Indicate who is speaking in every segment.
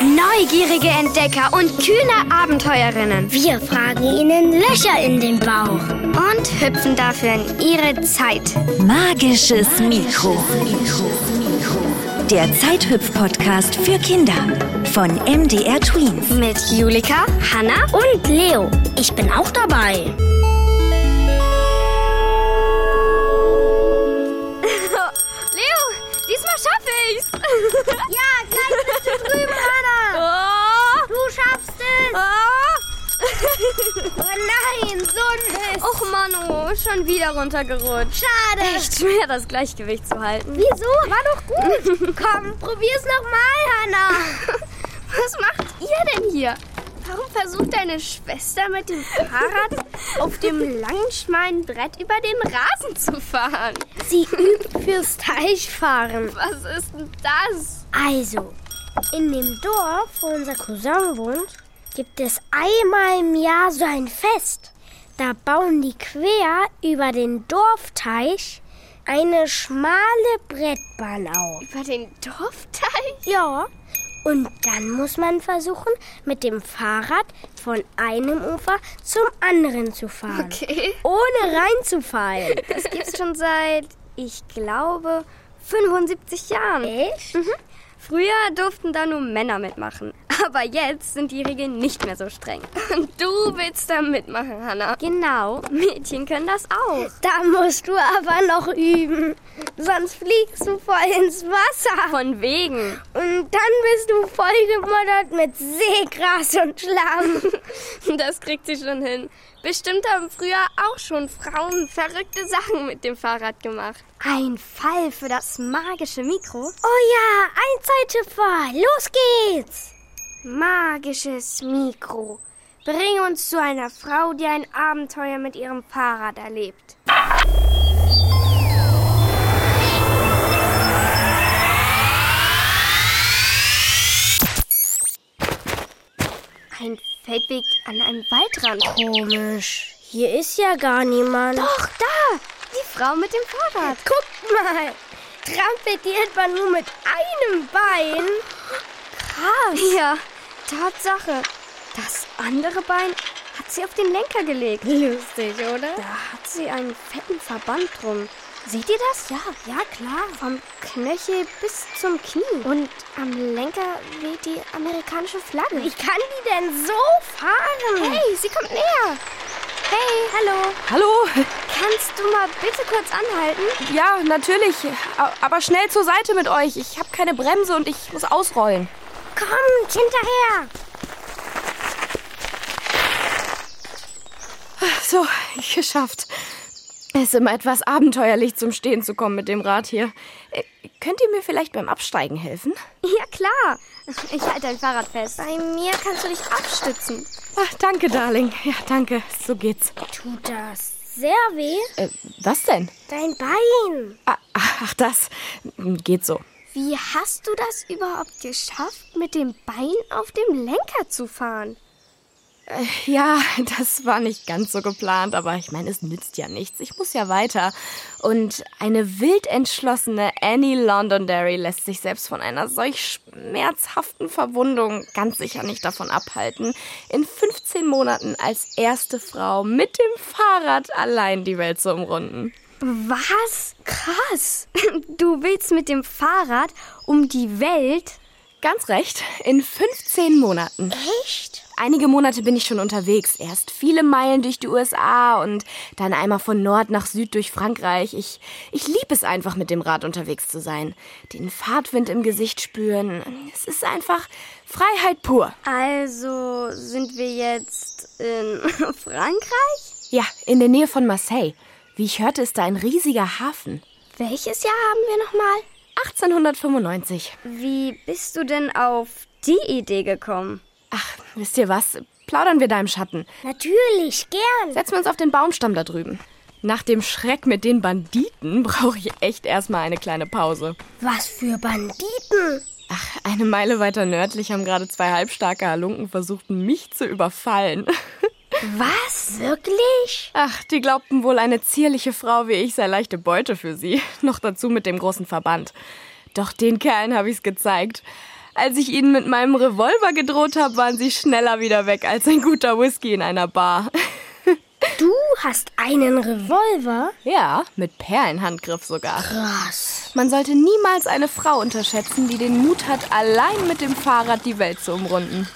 Speaker 1: Neugierige Entdecker und kühne Abenteuerinnen
Speaker 2: Wir fragen Ihnen Löcher in den Bauch.
Speaker 1: und hüpfen dafür in ihre Zeit.
Speaker 3: Magisches Mikro. Der Zeithüpf-Podcast für Kinder von MDR Tweens.
Speaker 1: Mit Julika, Hanna und
Speaker 2: Und Leo, ich bin auch dabei.
Speaker 4: Leo, diesmal schaffe ich's.
Speaker 2: Ja, gleich bist du drüben, Hanna.
Speaker 4: Oh,
Speaker 2: Du schaffst es.
Speaker 4: oh.
Speaker 2: Oh nein, so ein Mist.
Speaker 4: Och Mann, oh, schon wieder runtergerutscht.
Speaker 2: Schade.
Speaker 4: Echt schwer, das Gleichgewicht zu halten.
Speaker 2: Wieso? War doch gut. Komm, probier's nochmal, Hanna.
Speaker 4: Was macht ihr denn hier? Warum versucht deine Schwester mit dem Fahrrad auf dem langen, schmalen Brett über den Rasen zu fahren?
Speaker 2: Sie übt fürs Teichfahren.
Speaker 4: Was ist denn das?
Speaker 2: Also, in dem Dorf, wo unser Cousin wohnt, gibt es einmal im Jahr so ein Fest. Da bauen die quer über den Dorfteich eine schmale Brettbahn auf.
Speaker 4: Über den Dorfteich?
Speaker 2: Ja. Und dann muss man versuchen, mit dem Fahrrad von einem Ufer zum anderen zu fahren.
Speaker 4: Okay.
Speaker 2: Ohne reinzufallen.
Speaker 4: Das gibt's schon seit, ich glaube, 75 Jahren.
Speaker 2: Echt?
Speaker 4: Früher durften da nur Männer mitmachen. Aber jetzt sind die Regeln nicht mehr so streng. Und du willst da mitmachen, Hanna. Genau, Mädchen können das auch.
Speaker 2: Da musst du aber noch üben. Sonst fliegst du voll ins Wasser.
Speaker 4: Von wegen.
Speaker 2: Und dann bist du voll gemoddert mit Seegras und Schlamm.
Speaker 4: Das kriegt sie schon hin. Bestimmt haben früher auch schon Frauen verrückte Sachen mit dem Fahrrad gemacht.
Speaker 2: Ein
Speaker 4: Fall für das magische Mikro.
Speaker 2: Oh ja, ein Zeithüpfer. Los geht's.
Speaker 4: Magisches Mikro. Bring uns zu einer Frau, die ein Abenteuer mit ihrem Fahrrad erlebt. Ein Feldweg an einem Waldrand.
Speaker 2: Komisch. Hier ist ja gar niemand.
Speaker 4: Doch, da! Die Frau mit dem Fahrrad.
Speaker 2: Guck mal. Trampelt die etwa nur mit einem Bein?
Speaker 4: Krass. Ja, Tatsache. Das andere Bein hat sie auf den Lenker gelegt.
Speaker 2: Lustig, oder?
Speaker 4: Da hat sie einen fetten Verband drum. Seht ihr das? Ja, ja klar. Vom Knöchel bis zum Knie. Und am Lenker weht die amerikanische Flagge.
Speaker 2: Wie kann die denn so fahren?
Speaker 4: hey, sie kommt näher. Hey, hallo.
Speaker 5: Hallo?
Speaker 4: Kannst du mal bitte kurz anhalten?
Speaker 5: Ja, natürlich. A- Aber schnell zur Seite mit euch. Ich habe keine Bremse und ich muss ausrollen.
Speaker 2: Kommt hinterher.
Speaker 5: So, geschafft. Es ist immer etwas abenteuerlich, zum Stehen zu kommen mit dem Rad hier. Äh, Könnt ihr mir vielleicht beim Absteigen helfen?
Speaker 4: Ja, klar. Ich halte dein Fahrrad fest. Bei mir kannst du dich abstützen.
Speaker 5: Ach, Ah, danke, Darling. Ja, danke. So geht's.
Speaker 2: Tut das sehr weh?
Speaker 5: Äh, was denn?
Speaker 2: Dein Bein.
Speaker 5: Ah, ach, das. Geht so.
Speaker 4: Wie hast du das überhaupt geschafft, mit dem Bein auf dem Lenker zu fahren?
Speaker 5: Ja, das war nicht ganz so geplant, aber ich meine, es nützt ja nichts. Ich muss ja weiter. Und eine wild entschlossene Annie Londonderry lässt sich selbst von einer solch schmerzhaften Verwundung ganz sicher nicht davon abhalten, in 15 Monaten als erste Frau mit dem Fahrrad allein die Welt zu umrunden.
Speaker 4: Was? Krass. Du willst mit dem Fahrrad um die Welt?
Speaker 5: Ganz recht, in 15 Monaten.
Speaker 2: Echt?
Speaker 5: Einige Monate bin ich schon unterwegs. Erst viele Meilen durch die USA und dann einmal von Nord nach Süd durch Frankreich. Ich, ich liebe es einfach, mit dem Rad unterwegs zu sein. Den Fahrtwind im Gesicht spüren. Es ist einfach Freiheit pur.
Speaker 4: Also sind wir jetzt in Frankreich?
Speaker 5: Ja, in der Nähe von Marseille. Wie ich hörte, ist da ein riesiger Hafen.
Speaker 4: Welches Jahr haben wir nochmal?
Speaker 5: 1895.
Speaker 4: Wie bist du denn auf die Idee gekommen?
Speaker 5: Ach, wisst ihr was? Plaudern wir da im Schatten.
Speaker 2: Natürlich, gern.
Speaker 5: Setzen wir uns auf den Baumstamm da drüben. Nach dem Schreck mit den Banditen brauche ich echt erstmal eine kleine Pause.
Speaker 2: Was für Banditen.
Speaker 5: Ach, eine Meile weiter nördlich haben gerade zwei halbstarke Halunken versucht, mich zu überfallen.
Speaker 2: Was? Wirklich?
Speaker 5: Ach, die glaubten wohl, eine zierliche Frau wie ich sei leichte Beute für sie. Noch dazu mit dem großen Verband. Doch den Kerlen habe ich's gezeigt. Als ich ihnen mit meinem Revolver gedroht habe, waren sie schneller wieder weg als ein guter Whisky in einer Bar.
Speaker 2: Du hast einen Revolver?
Speaker 5: Ja, mit Perlenhandgriff sogar.
Speaker 2: Krass.
Speaker 5: Man sollte niemals eine Frau unterschätzen, die den Mut hat, allein mit dem Fahrrad die Welt zu umrunden.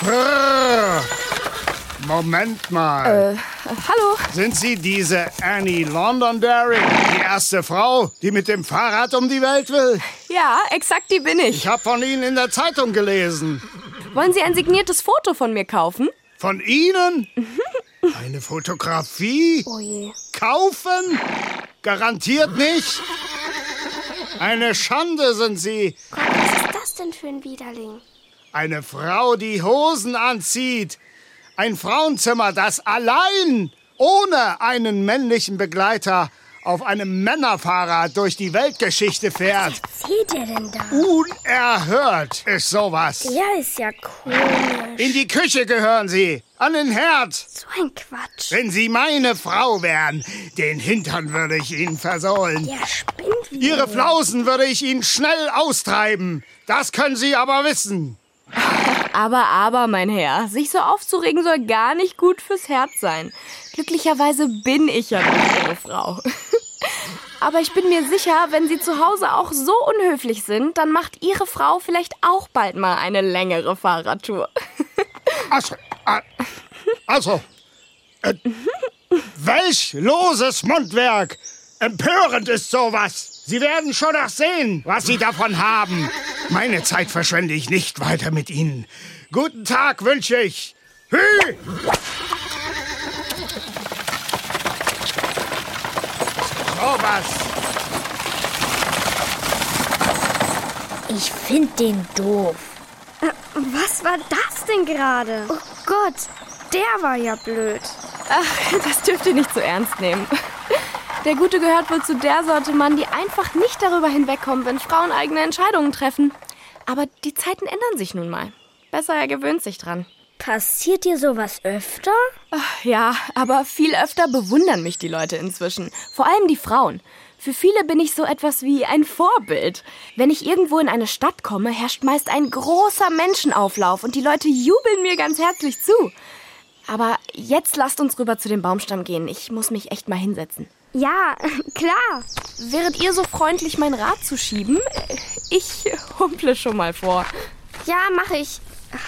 Speaker 6: Brrr. Moment mal.
Speaker 5: Äh, hallo?
Speaker 6: Sind Sie diese Annie Londonderry, die erste Frau, die mit dem Fahrrad um die Welt will?
Speaker 5: Ja, exakt die bin ich.
Speaker 6: Ich habe von Ihnen in der Zeitung gelesen.
Speaker 5: Wollen Sie ein signiertes Foto von mir kaufen?
Speaker 6: Von Ihnen? Eine Fotografie?
Speaker 7: Oh
Speaker 6: Kaufen? Garantiert nicht. Eine Schande sind Sie.
Speaker 7: Gott, was ist das denn für ein Widerling?
Speaker 6: Eine Frau, die Hosen anzieht. Ein Frauenzimmer, das allein ohne einen männlichen Begleiter auf einem Männerfahrrad durch die Weltgeschichte fährt.
Speaker 2: Seht ihr denn da?
Speaker 6: Unerhört ist sowas.
Speaker 2: Ja, ist ja komisch.
Speaker 6: In die Küche gehören Sie, an den Herd.
Speaker 7: So ein Quatsch.
Speaker 6: Wenn Sie meine Frau wären, den Hintern würde ich Ihnen versohlen.
Speaker 2: Ja, spinnt wieder.
Speaker 6: Ihre Flausen würde ich Ihnen schnell austreiben. Das können Sie aber wissen.
Speaker 5: Aber, aber, mein Herr, sich so aufzuregen soll gar nicht gut fürs Herz sein. Glücklicherweise bin ich ja nicht Ihre Frau. Aber ich bin mir sicher, wenn Sie zu Hause auch so unhöflich sind, dann macht Ihre Frau vielleicht auch bald mal eine längere Fahrradtour.
Speaker 6: Also, äh, also äh, welch loses Mundwerk! Empörend ist sowas! Sie werden schon noch sehen, was Sie davon haben. Meine Zeit verschwende ich nicht weiter mit Ihnen. Guten Tag wünsche ich. Hü! Sowas!
Speaker 2: Ich find den doof.
Speaker 7: Äh, Was war das denn gerade? Oh Gott, der war ja blöd.
Speaker 5: Ach, das dürft ihr nicht so ernst nehmen. Der Gute gehört wohl zu der Sorte Mann, die einfach nicht darüber hinwegkommt, wenn Frauen eigene Entscheidungen treffen. Aber die Zeiten ändern sich nun mal. Besser, er gewöhnt sich dran.
Speaker 2: Passiert dir sowas öfter?
Speaker 5: Ach, ja, aber viel öfter bewundern mich die Leute inzwischen. Vor allem die Frauen. Für viele bin ich so etwas wie ein Vorbild. Wenn ich irgendwo in eine Stadt komme, herrscht meist ein großer Menschenauflauf und die Leute jubeln mir ganz herzlich zu. Aber jetzt lasst uns rüber zu dem Baumstamm gehen. Ich muss mich echt mal hinsetzen.
Speaker 7: Ja, klar.
Speaker 5: Wäret ihr so freundlich, mein Rad zu schieben? Ich humple schon mal vor.
Speaker 7: Ja, mache ich.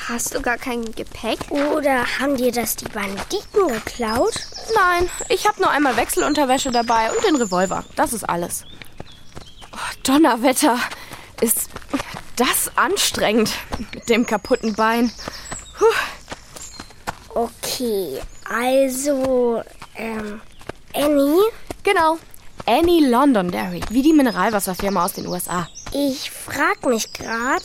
Speaker 7: Hast du gar kein Gepäck?
Speaker 2: Oder haben dir das die Banditen geklaut?
Speaker 5: Nein, ich habe nur einmal Wechselunterwäsche dabei und den Revolver. Das ist alles. Oh, Donnerwetter. Ist das anstrengend mit dem kaputten Bein. Puh.
Speaker 2: Okay, also, ähm, Annie,
Speaker 5: Genau. Annie Londonderry, wie die Mineralwasserfirma aus den USA.
Speaker 2: ich frag mich grad,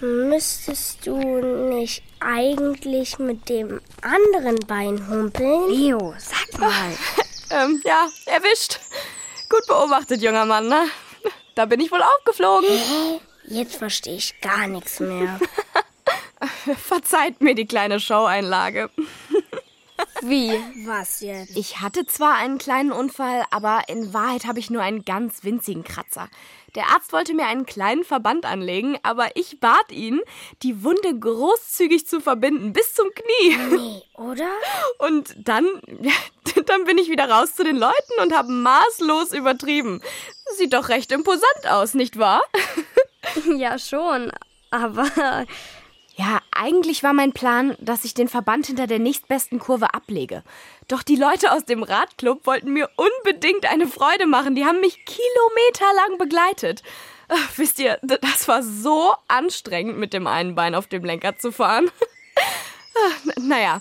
Speaker 2: müsstest du nicht eigentlich mit dem anderen Bein humpeln?
Speaker 1: Leo, sag mal.
Speaker 5: Ähm, ja, erwischt. Gut beobachtet, junger Mann, ne? Da bin ich wohl aufgeflogen.
Speaker 2: Jetzt verstehe ich gar nichts mehr.
Speaker 5: Verzeiht mir die kleine Showeinlage.
Speaker 2: Wie? Was jetzt?
Speaker 5: Ich hatte zwar einen kleinen Unfall, aber in Wahrheit habe ich nur einen ganz winzigen Kratzer. Der Arzt wollte mir einen kleinen Verband anlegen, aber ich bat ihn, die Wunde großzügig zu verbinden, bis zum Knie.
Speaker 2: Nee, oder?
Speaker 5: Und dann, ja, dann bin ich wieder raus zu den Leuten und habe maßlos übertrieben. Sieht doch recht imposant aus, nicht wahr?
Speaker 7: Ja, schon. Aber
Speaker 5: Ja, eigentlich war mein Plan, dass ich den Verband hinter der nächstbesten Kurve ablege. Doch die Leute aus dem Radclub wollten mir unbedingt eine Freude machen. Die haben mich kilometerlang begleitet. Ach, wisst ihr, d- das war so anstrengend, mit dem einen Bein auf dem Lenker zu fahren. Ach, n- Naja,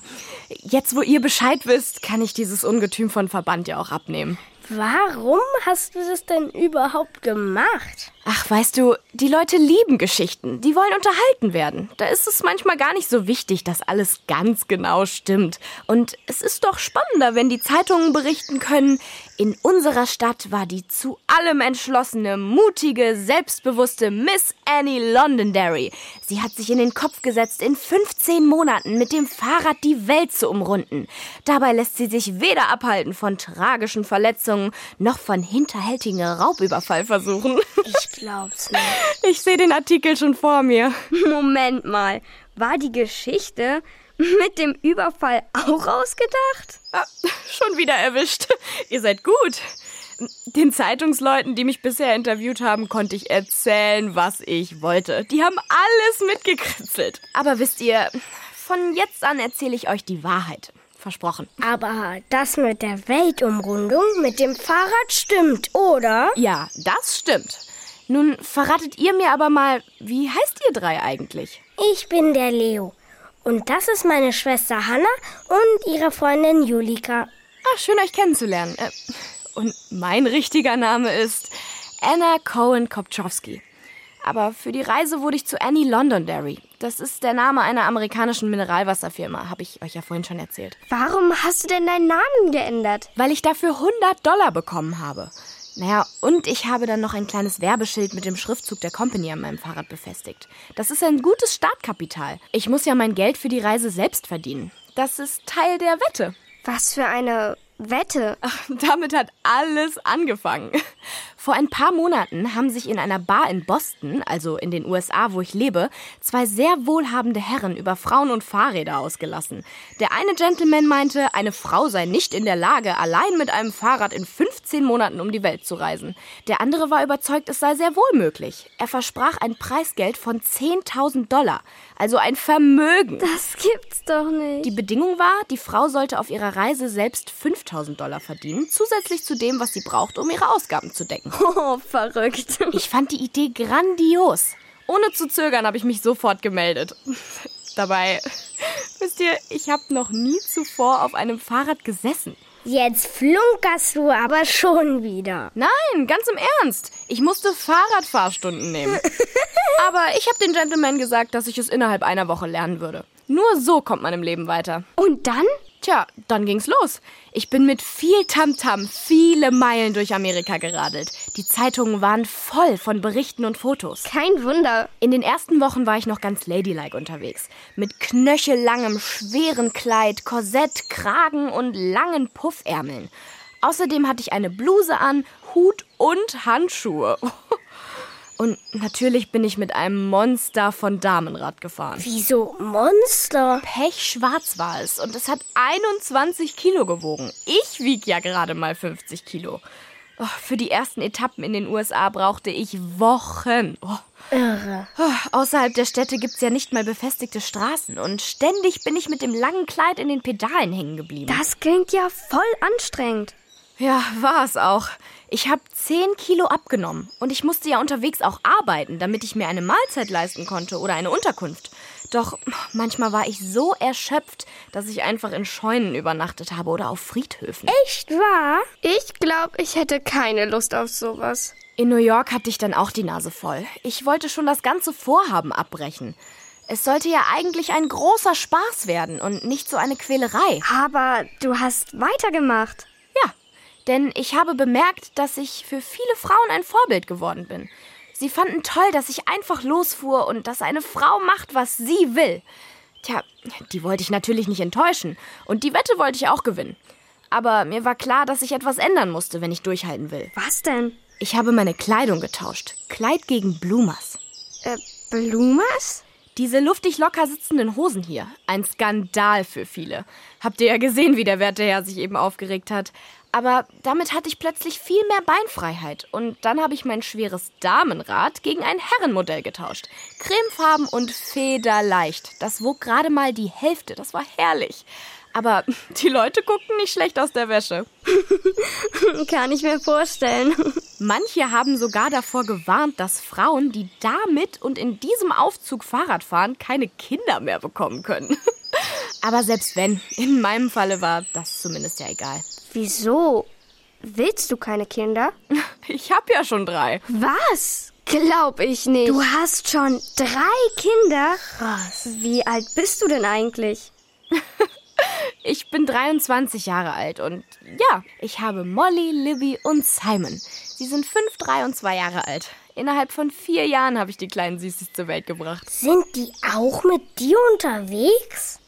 Speaker 5: jetzt wo ihr Bescheid wisst, kann ich dieses Ungetüm von Verband ja auch abnehmen.
Speaker 2: Warum hast du das denn überhaupt gemacht?
Speaker 5: Ach, weißt du, die Leute lieben Geschichten. Die wollen unterhalten werden. Da ist es manchmal gar nicht so wichtig, dass alles ganz genau stimmt. Und es ist doch spannender, wenn die Zeitungen berichten können, In unserer Stadt war die zu allem entschlossene, mutige, selbstbewusste Miss Annie Londonderry. Sie hat sich in den Kopf gesetzt, in 15 Monaten mit dem Fahrrad die Welt zu umrunden. Dabei lässt sie sich weder abhalten von tragischen Verletzungen noch von hinterhältigen Raubüberfallversuchen.
Speaker 2: Ich glaub's nicht.
Speaker 5: Ich sehe den Artikel schon vor mir.
Speaker 7: Moment mal, war die Geschichte mit dem Überfall auch ausgedacht?
Speaker 5: Ah, schon wieder erwischt. Ihr seid gut. Den Zeitungsleuten, die mich bisher interviewt haben, konnte ich erzählen, was ich wollte. Die haben alles mitgekritzelt. Aber wisst ihr, von jetzt an erzähle ich euch die Wahrheit. Versprochen.
Speaker 2: Aber das mit der Weltumrundung mit dem Fahrrad stimmt, oder?
Speaker 5: Ja, das stimmt. Nun verratet ihr mir aber mal, wie heißt ihr drei eigentlich?
Speaker 2: Ich bin der Leo. Und das ist meine Schwester Hanna und ihre Freundin Julika.
Speaker 5: Ah, schön euch kennenzulernen. Äh, Und mein richtiger Name ist Anna Cohen Kopczowski. Aber für die Reise wurde ich zu Annie Londonderry. Das ist der Name einer amerikanischen Mineralwasserfirma, habe ich euch ja vorhin schon erzählt.
Speaker 7: Warum hast du denn deinen Namen geändert?
Speaker 5: Weil ich dafür 100 Dollar bekommen habe. Naja, und ich habe dann noch ein kleines Werbeschild mit dem Schriftzug der Company an meinem Fahrrad befestigt. Das ist ein gutes Startkapital. Ich muss ja mein Geld für die Reise selbst verdienen. Das ist Teil der Wette.
Speaker 7: Was für eine Wette.
Speaker 5: Damit hat alles angefangen. Vor ein paar Monaten haben sich in einer Bar in Boston, also in den USA, wo ich lebe, zwei sehr wohlhabende Herren über Frauen und Fahrräder ausgelassen. Der eine Gentleman meinte, eine Frau sei nicht in der Lage, allein mit einem Fahrrad in 15 Monaten um die Welt zu reisen. Der andere war überzeugt, es sei sehr wohl möglich. Er versprach ein Preisgeld von 10.000 Dollar, also ein Vermögen.
Speaker 7: Das gibt's doch nicht.
Speaker 5: Die Bedingung war, die Frau sollte auf ihrer Reise selbst 5000 Dollar verdienen, zusätzlich zu dem, was sie braucht, um ihre Ausgaben zu decken.
Speaker 7: Oh, verrückt.
Speaker 5: Ich fand die Idee grandios. Ohne zu zögern habe ich mich sofort gemeldet. Dabei, wisst ihr, ich habe noch nie zuvor auf einem Fahrrad gesessen.
Speaker 2: Jetzt flunkerst du aber schon wieder.
Speaker 5: Nein, ganz im Ernst. Ich musste Fahrradfahrstunden nehmen. Aber ich habe den Gentleman gesagt, dass ich es innerhalb einer Woche lernen würde. Nur so kommt man im Leben weiter.
Speaker 7: Und dann?
Speaker 5: Tja, dann ging's los. Ich bin mit viel Tamtam viele Meilen durch Amerika geradelt. Die Zeitungen waren voll von Berichten und Fotos.
Speaker 7: Kein Wunder.
Speaker 5: In den ersten Wochen war ich noch ganz ladylike unterwegs. Mit knöchellangem, schweren Kleid, Korsett, Kragen und langen Puffärmeln. Außerdem hatte ich eine Bluse an, Hut und Handschuhe. Und natürlich bin ich mit einem Monster von Damenrad gefahren.
Speaker 2: Wieso Monster?
Speaker 5: Pechschwarz war es und es hat 21 Kilo gewogen. Ich wieg ja gerade mal 50 Kilo. Oh, für die ersten Etappen in den USA brauchte ich Wochen. Oh. Irre. Oh, außerhalb der Städte gibt's ja nicht mal befestigte Straßen und ständig bin ich mit dem langen Kleid in den Pedalen hängen geblieben.
Speaker 7: Das klingt ja voll anstrengend.
Speaker 5: Ja, war es auch. Ich habe 10 Kilo abgenommen und ich musste ja unterwegs auch arbeiten, damit ich mir eine Mahlzeit leisten konnte oder eine Unterkunft. Doch manchmal war ich so erschöpft, dass ich einfach in Scheunen übernachtet habe oder auf Friedhöfen.
Speaker 2: Echt wahr?
Speaker 4: Ich glaube, ich hätte keine Lust auf sowas.
Speaker 5: In New York hatte ich dann auch die Nase voll. Ich wollte schon das ganze Vorhaben abbrechen. Es sollte ja eigentlich ein großer Spaß werden und nicht so eine Quälerei.
Speaker 7: Aber du hast weitergemacht.
Speaker 5: Ja, denn ich habe bemerkt, dass ich für viele Frauen ein Vorbild geworden bin. Sie fanden toll, dass ich einfach losfuhr und dass eine Frau macht, was sie will. Tja, die wollte ich natürlich nicht enttäuschen und die Wette wollte ich auch gewinnen. Aber mir war klar, dass ich etwas ändern musste, wenn ich durchhalten will.
Speaker 7: Was denn?
Speaker 5: Ich habe meine Kleidung getauscht. Kleid gegen Blumers.
Speaker 7: Äh, Blumas?
Speaker 5: Diese luftig locker sitzenden Hosen hier. Ein Skandal für viele. Habt ihr ja gesehen, wie der werte Herr sich eben aufgeregt hat. Aber damit hatte ich plötzlich viel mehr Beinfreiheit. Und dann habe ich mein schweres Damenrad gegen ein Herrenmodell getauscht. Cremefarben und federleicht. Das wog gerade mal die Hälfte. Das war herrlich. Aber die Leute guckten nicht schlecht aus der Wäsche.
Speaker 7: Kann ich mir vorstellen.
Speaker 5: Manche haben sogar davor gewarnt, dass Frauen, die damit und in diesem Aufzug Fahrrad fahren, keine Kinder mehr bekommen können. Aber selbst wenn, in meinem Falle war das zumindest ja egal.
Speaker 7: Wieso? Willst du keine Kinder?
Speaker 5: Ich hab ja schon drei.
Speaker 7: Was? Glaub ich nicht. Du hast schon drei Kinder? Wie alt bist du denn eigentlich?
Speaker 5: Ich bin 23 Jahre alt und ja, ich habe Molly, Libby und Simon. Sie sind 5, 3 und 2 Jahre alt. Innerhalb von vier Jahren habe ich die kleinen Süßes zur Welt gebracht.
Speaker 2: Sind die auch mit dir unterwegs?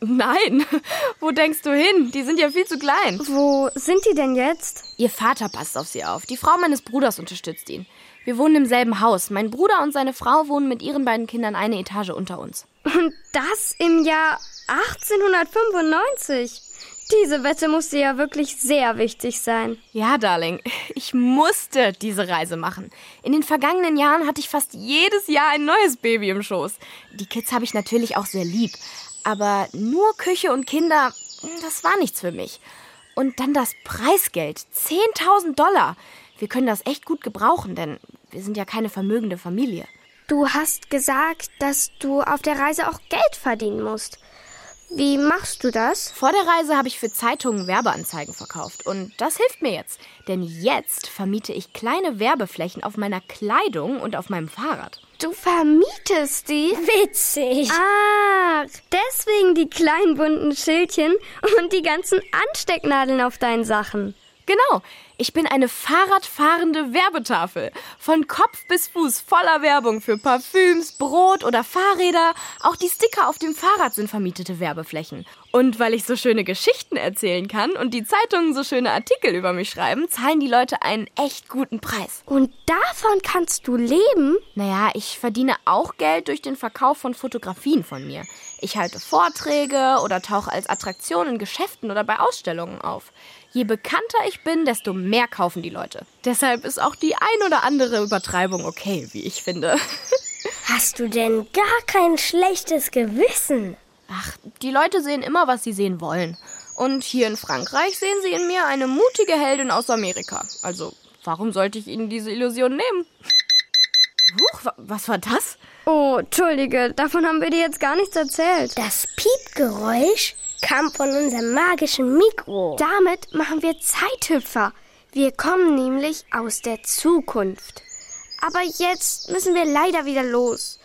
Speaker 5: Nein, wo denkst du hin? Die sind ja viel zu klein.
Speaker 7: Wo sind die denn jetzt?
Speaker 5: Ihr Vater passt auf sie auf. Die Frau meines Bruders unterstützt ihn. Wir wohnen im selben Haus. Mein Bruder und seine Frau wohnen mit ihren beiden Kindern eine Etage unter uns.
Speaker 4: Und das im Jahr 1895. Diese Wette musste ja wirklich sehr wichtig sein.
Speaker 5: Ja, Darling, ich musste diese Reise machen. In den vergangenen Jahren hatte ich fast jedes Jahr ein neues Baby im Schoß. Die Kids habe ich natürlich auch sehr lieb, aber nur Küche und Kinder, hm, das war nichts für mich. Und dann das Preisgeld, 10.000 Dollar. Wir können das echt gut gebrauchen, denn wir sind ja keine vermögende Familie.
Speaker 4: Du hast gesagt, dass du auf der Reise auch Geld verdienen musst. Wie machst du das?
Speaker 5: Vor der Reise habe ich für Zeitungen Werbeanzeigen verkauft und das hilft mir jetzt, denn jetzt vermiete ich kleine Werbeflächen auf meiner Kleidung und auf meinem Fahrrad.
Speaker 4: Du vermietest die?
Speaker 2: Witzig.
Speaker 4: Ach, deswegen die kleinen bunten Schildchen und die ganzen Anstecknadeln auf deinen Sachen.
Speaker 5: Genau, ich bin eine Fahrradfahrende Werbetafel. Von Kopf bis Fuß voller Werbung für Parfüms, Brot oder Fahrräder. Auch die Sticker auf dem Fahrrad sind vermietete Werbeflächen. Und weil ich so schöne Geschichten erzählen kann und die Zeitungen so schöne Artikel über mich schreiben, zahlen die Leute einen echt guten Preis.
Speaker 4: Und davon kannst du leben?
Speaker 5: Naja, ich verdiene auch Geld durch den Verkauf von Fotografien von mir. Ich halte Vorträge oder tauche als Attraktion in Geschäften oder bei Ausstellungen auf. Je bekannter ich bin, desto mehr kaufen die Leute. Deshalb ist auch die ein oder andere Übertreibung okay, wie ich finde.
Speaker 2: Hast du denn gar kein schlechtes Gewissen?
Speaker 5: Ach, die Leute sehen immer, was sie sehen wollen. Und hier in Frankreich sehen sie in mir eine mutige Heldin aus Amerika. Also, warum sollte ich ihnen diese Illusion nehmen? Huch, wa- was war das?
Speaker 4: Oh, Entschuldige, davon haben wir dir jetzt gar nichts erzählt.
Speaker 2: Das Piepgeräusch kam von unserem magischen Mikro.
Speaker 4: Damit machen wir Zeithüpfer. Wir kommen nämlich aus der Zukunft. Aber jetzt müssen wir leider wieder los.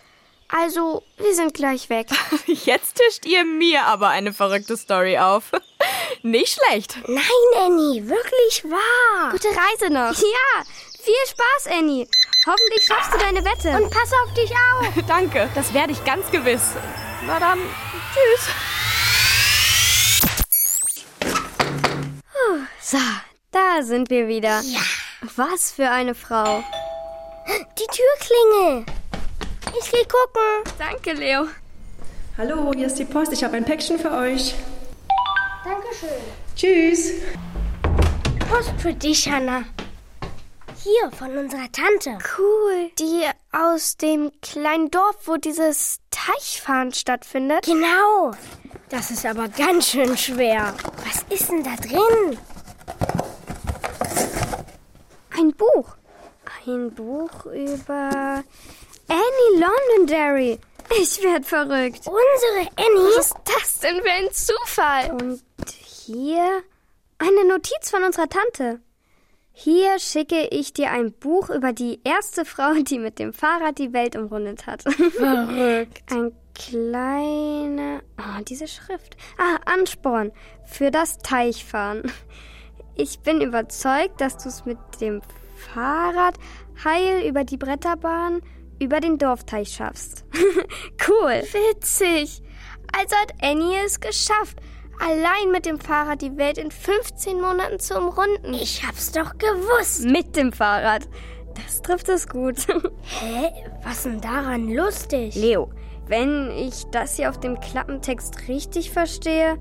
Speaker 4: Also, wir sind gleich weg.
Speaker 5: Jetzt tischt ihr mir aber eine verrückte Story auf. Nicht schlecht.
Speaker 2: Nein, Annie, wirklich wahr.
Speaker 4: Gute Reise noch. Ja, viel Spaß, Annie. Hoffentlich schaffst du deine Wette.
Speaker 2: Und pass auf dich auf.
Speaker 5: Danke, das werde ich ganz gewiss. Na dann, tschüss.
Speaker 4: so, da sind wir wieder. Ja. Was für eine Frau.
Speaker 2: Die Türklingel. Ich geh gucken.
Speaker 4: Danke, Leo.
Speaker 8: Hallo, hier ist die Post. Ich habe ein Päckchen für euch. Dankeschön. Tschüss.
Speaker 2: Post für dich, Hanna. Hier von unserer Tante.
Speaker 4: Cool. Die aus dem kleinen Dorf, wo dieses Teichfahren stattfindet.
Speaker 2: Genau. Das ist aber ganz schön schwer. Was ist denn da drin?
Speaker 4: Ein Buch. Ein Buch über Annie Londonderry. Ich werd verrückt.
Speaker 2: Unsere Annie.
Speaker 4: Was ist das denn für ein Zufall? Und hier eine Notiz von unserer Tante. Hier schicke ich dir ein Buch über die erste Frau, die mit dem Fahrrad die Welt umrundet hat. Verrückt. Ein kleiner. Ah, diese Schrift. Ah, Ansporn für das Teichfahren. Ich bin überzeugt, dass du es mit dem Fahrrad heil über die Bretterbahn über den Dorfteich schaffst. cool. Witzig. Also hat Annie es geschafft, allein mit dem Fahrrad die Welt in 15 Monaten zu umrunden.
Speaker 2: Ich hab's doch gewusst.
Speaker 4: Mit dem Fahrrad. Das trifft es gut.
Speaker 2: Hä? Was denn daran lustig?
Speaker 4: Leo, wenn ich das hier auf dem Klappentext richtig verstehe,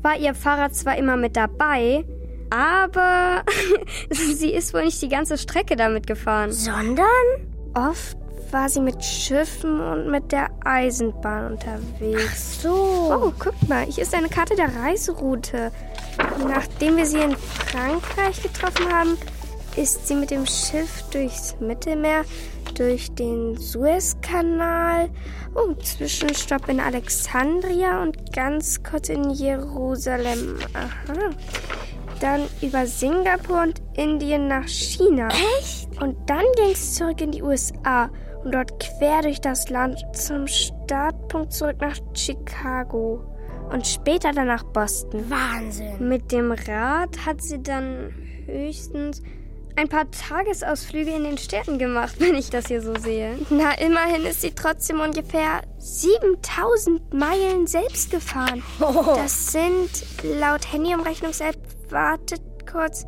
Speaker 4: war ihr Fahrrad zwar immer mit dabei, aber sie ist wohl nicht die ganze Strecke damit gefahren.
Speaker 2: Sondern?
Speaker 4: Oft war sie mit Schiffen und mit der Eisenbahn unterwegs.
Speaker 2: So.
Speaker 4: Oh, guck mal, hier ist eine Karte der Reiseroute. Nachdem wir sie in Frankreich getroffen haben, ist sie mit dem Schiff durchs Mittelmeer, durch den Suezkanal, oh, Zwischenstopp in Alexandria und ganz kurz in Jerusalem. Aha. Dann über Singapur und Indien nach China. Echt? Und dann ging es zurück in die USA und dort quer durch das Land zum Startpunkt zurück nach Chicago. und später dann nach Boston.
Speaker 2: Wahnsinn.
Speaker 4: Mit dem Rad hat sie dann höchstens ein paar Tagesausflüge in den Städten gemacht, wenn ich das hier so sehe. Na, immerhin ist sie trotzdem ungefähr 7000 Meilen selbst gefahren. Das sind laut Handyumrechnungs-App, wartet kurz,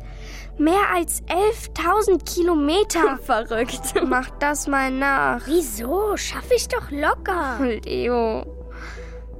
Speaker 4: mehr als 11.000 Kilometer.
Speaker 5: Verrückt.
Speaker 4: Mach das mal nach.
Speaker 2: Wieso? Schaffe ich doch locker.
Speaker 4: Leo.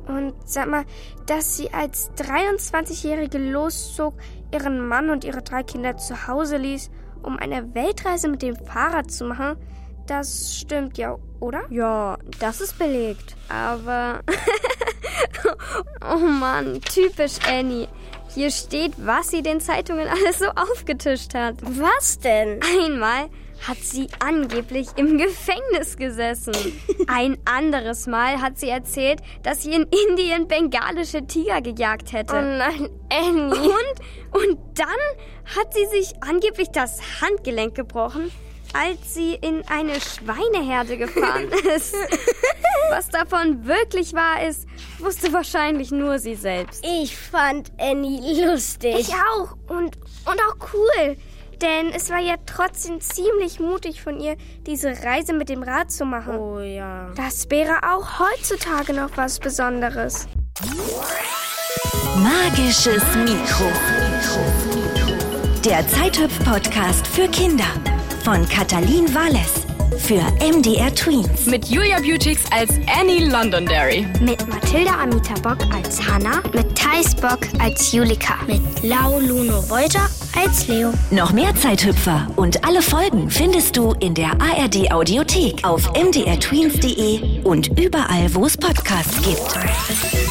Speaker 4: Und sag mal, dass sie als 23-Jährige loszog, ihren Mann und ihre drei Kinder zu Hause ließ, um eine Weltreise mit dem Fahrrad zu machen, das stimmt ja, oder?
Speaker 5: Ja, das ist belegt.
Speaker 4: Aber. oh Mann, typisch Annie. Hier steht, was sie den Zeitungen alles so aufgetischt hat.
Speaker 2: Was denn?
Speaker 4: Einmal hat sie angeblich im Gefängnis gesessen. Ein anderes Mal hat sie erzählt, dass sie in Indien bengalische Tiger gejagt hätte.
Speaker 5: Oh nein, Annie.
Speaker 4: Und, und dann hat sie sich angeblich das Handgelenk gebrochen, als sie in eine Schweineherde gefahren ist. Was davon wirklich wahr ist, wusste wahrscheinlich nur sie selbst.
Speaker 2: Ich fand Annie lustig.
Speaker 4: Ich auch. Und, und auch cool. Denn es war ja trotzdem ziemlich mutig von ihr, diese Reise mit dem Rad zu machen.
Speaker 2: Oh ja.
Speaker 4: Das wäre auch heutzutage noch was Besonderes.
Speaker 3: Magisches Mikro. Der Zeithüpf-Podcast für Kinder von Katalin Walles für MDR Tweens.
Speaker 5: Mit Julia Butix als Annie Londonderry.
Speaker 1: Mit Mathilda Amita Bock als Hannah.
Speaker 7: Mit Thais Bock als Julika.
Speaker 2: Mit Lau Luno Reuter als Leo.
Speaker 3: Noch mehr Zeithüpfer und alle Folgen findest du in der ARD Audiothek auf mdrtweens.de und überall, wo es Podcasts gibt.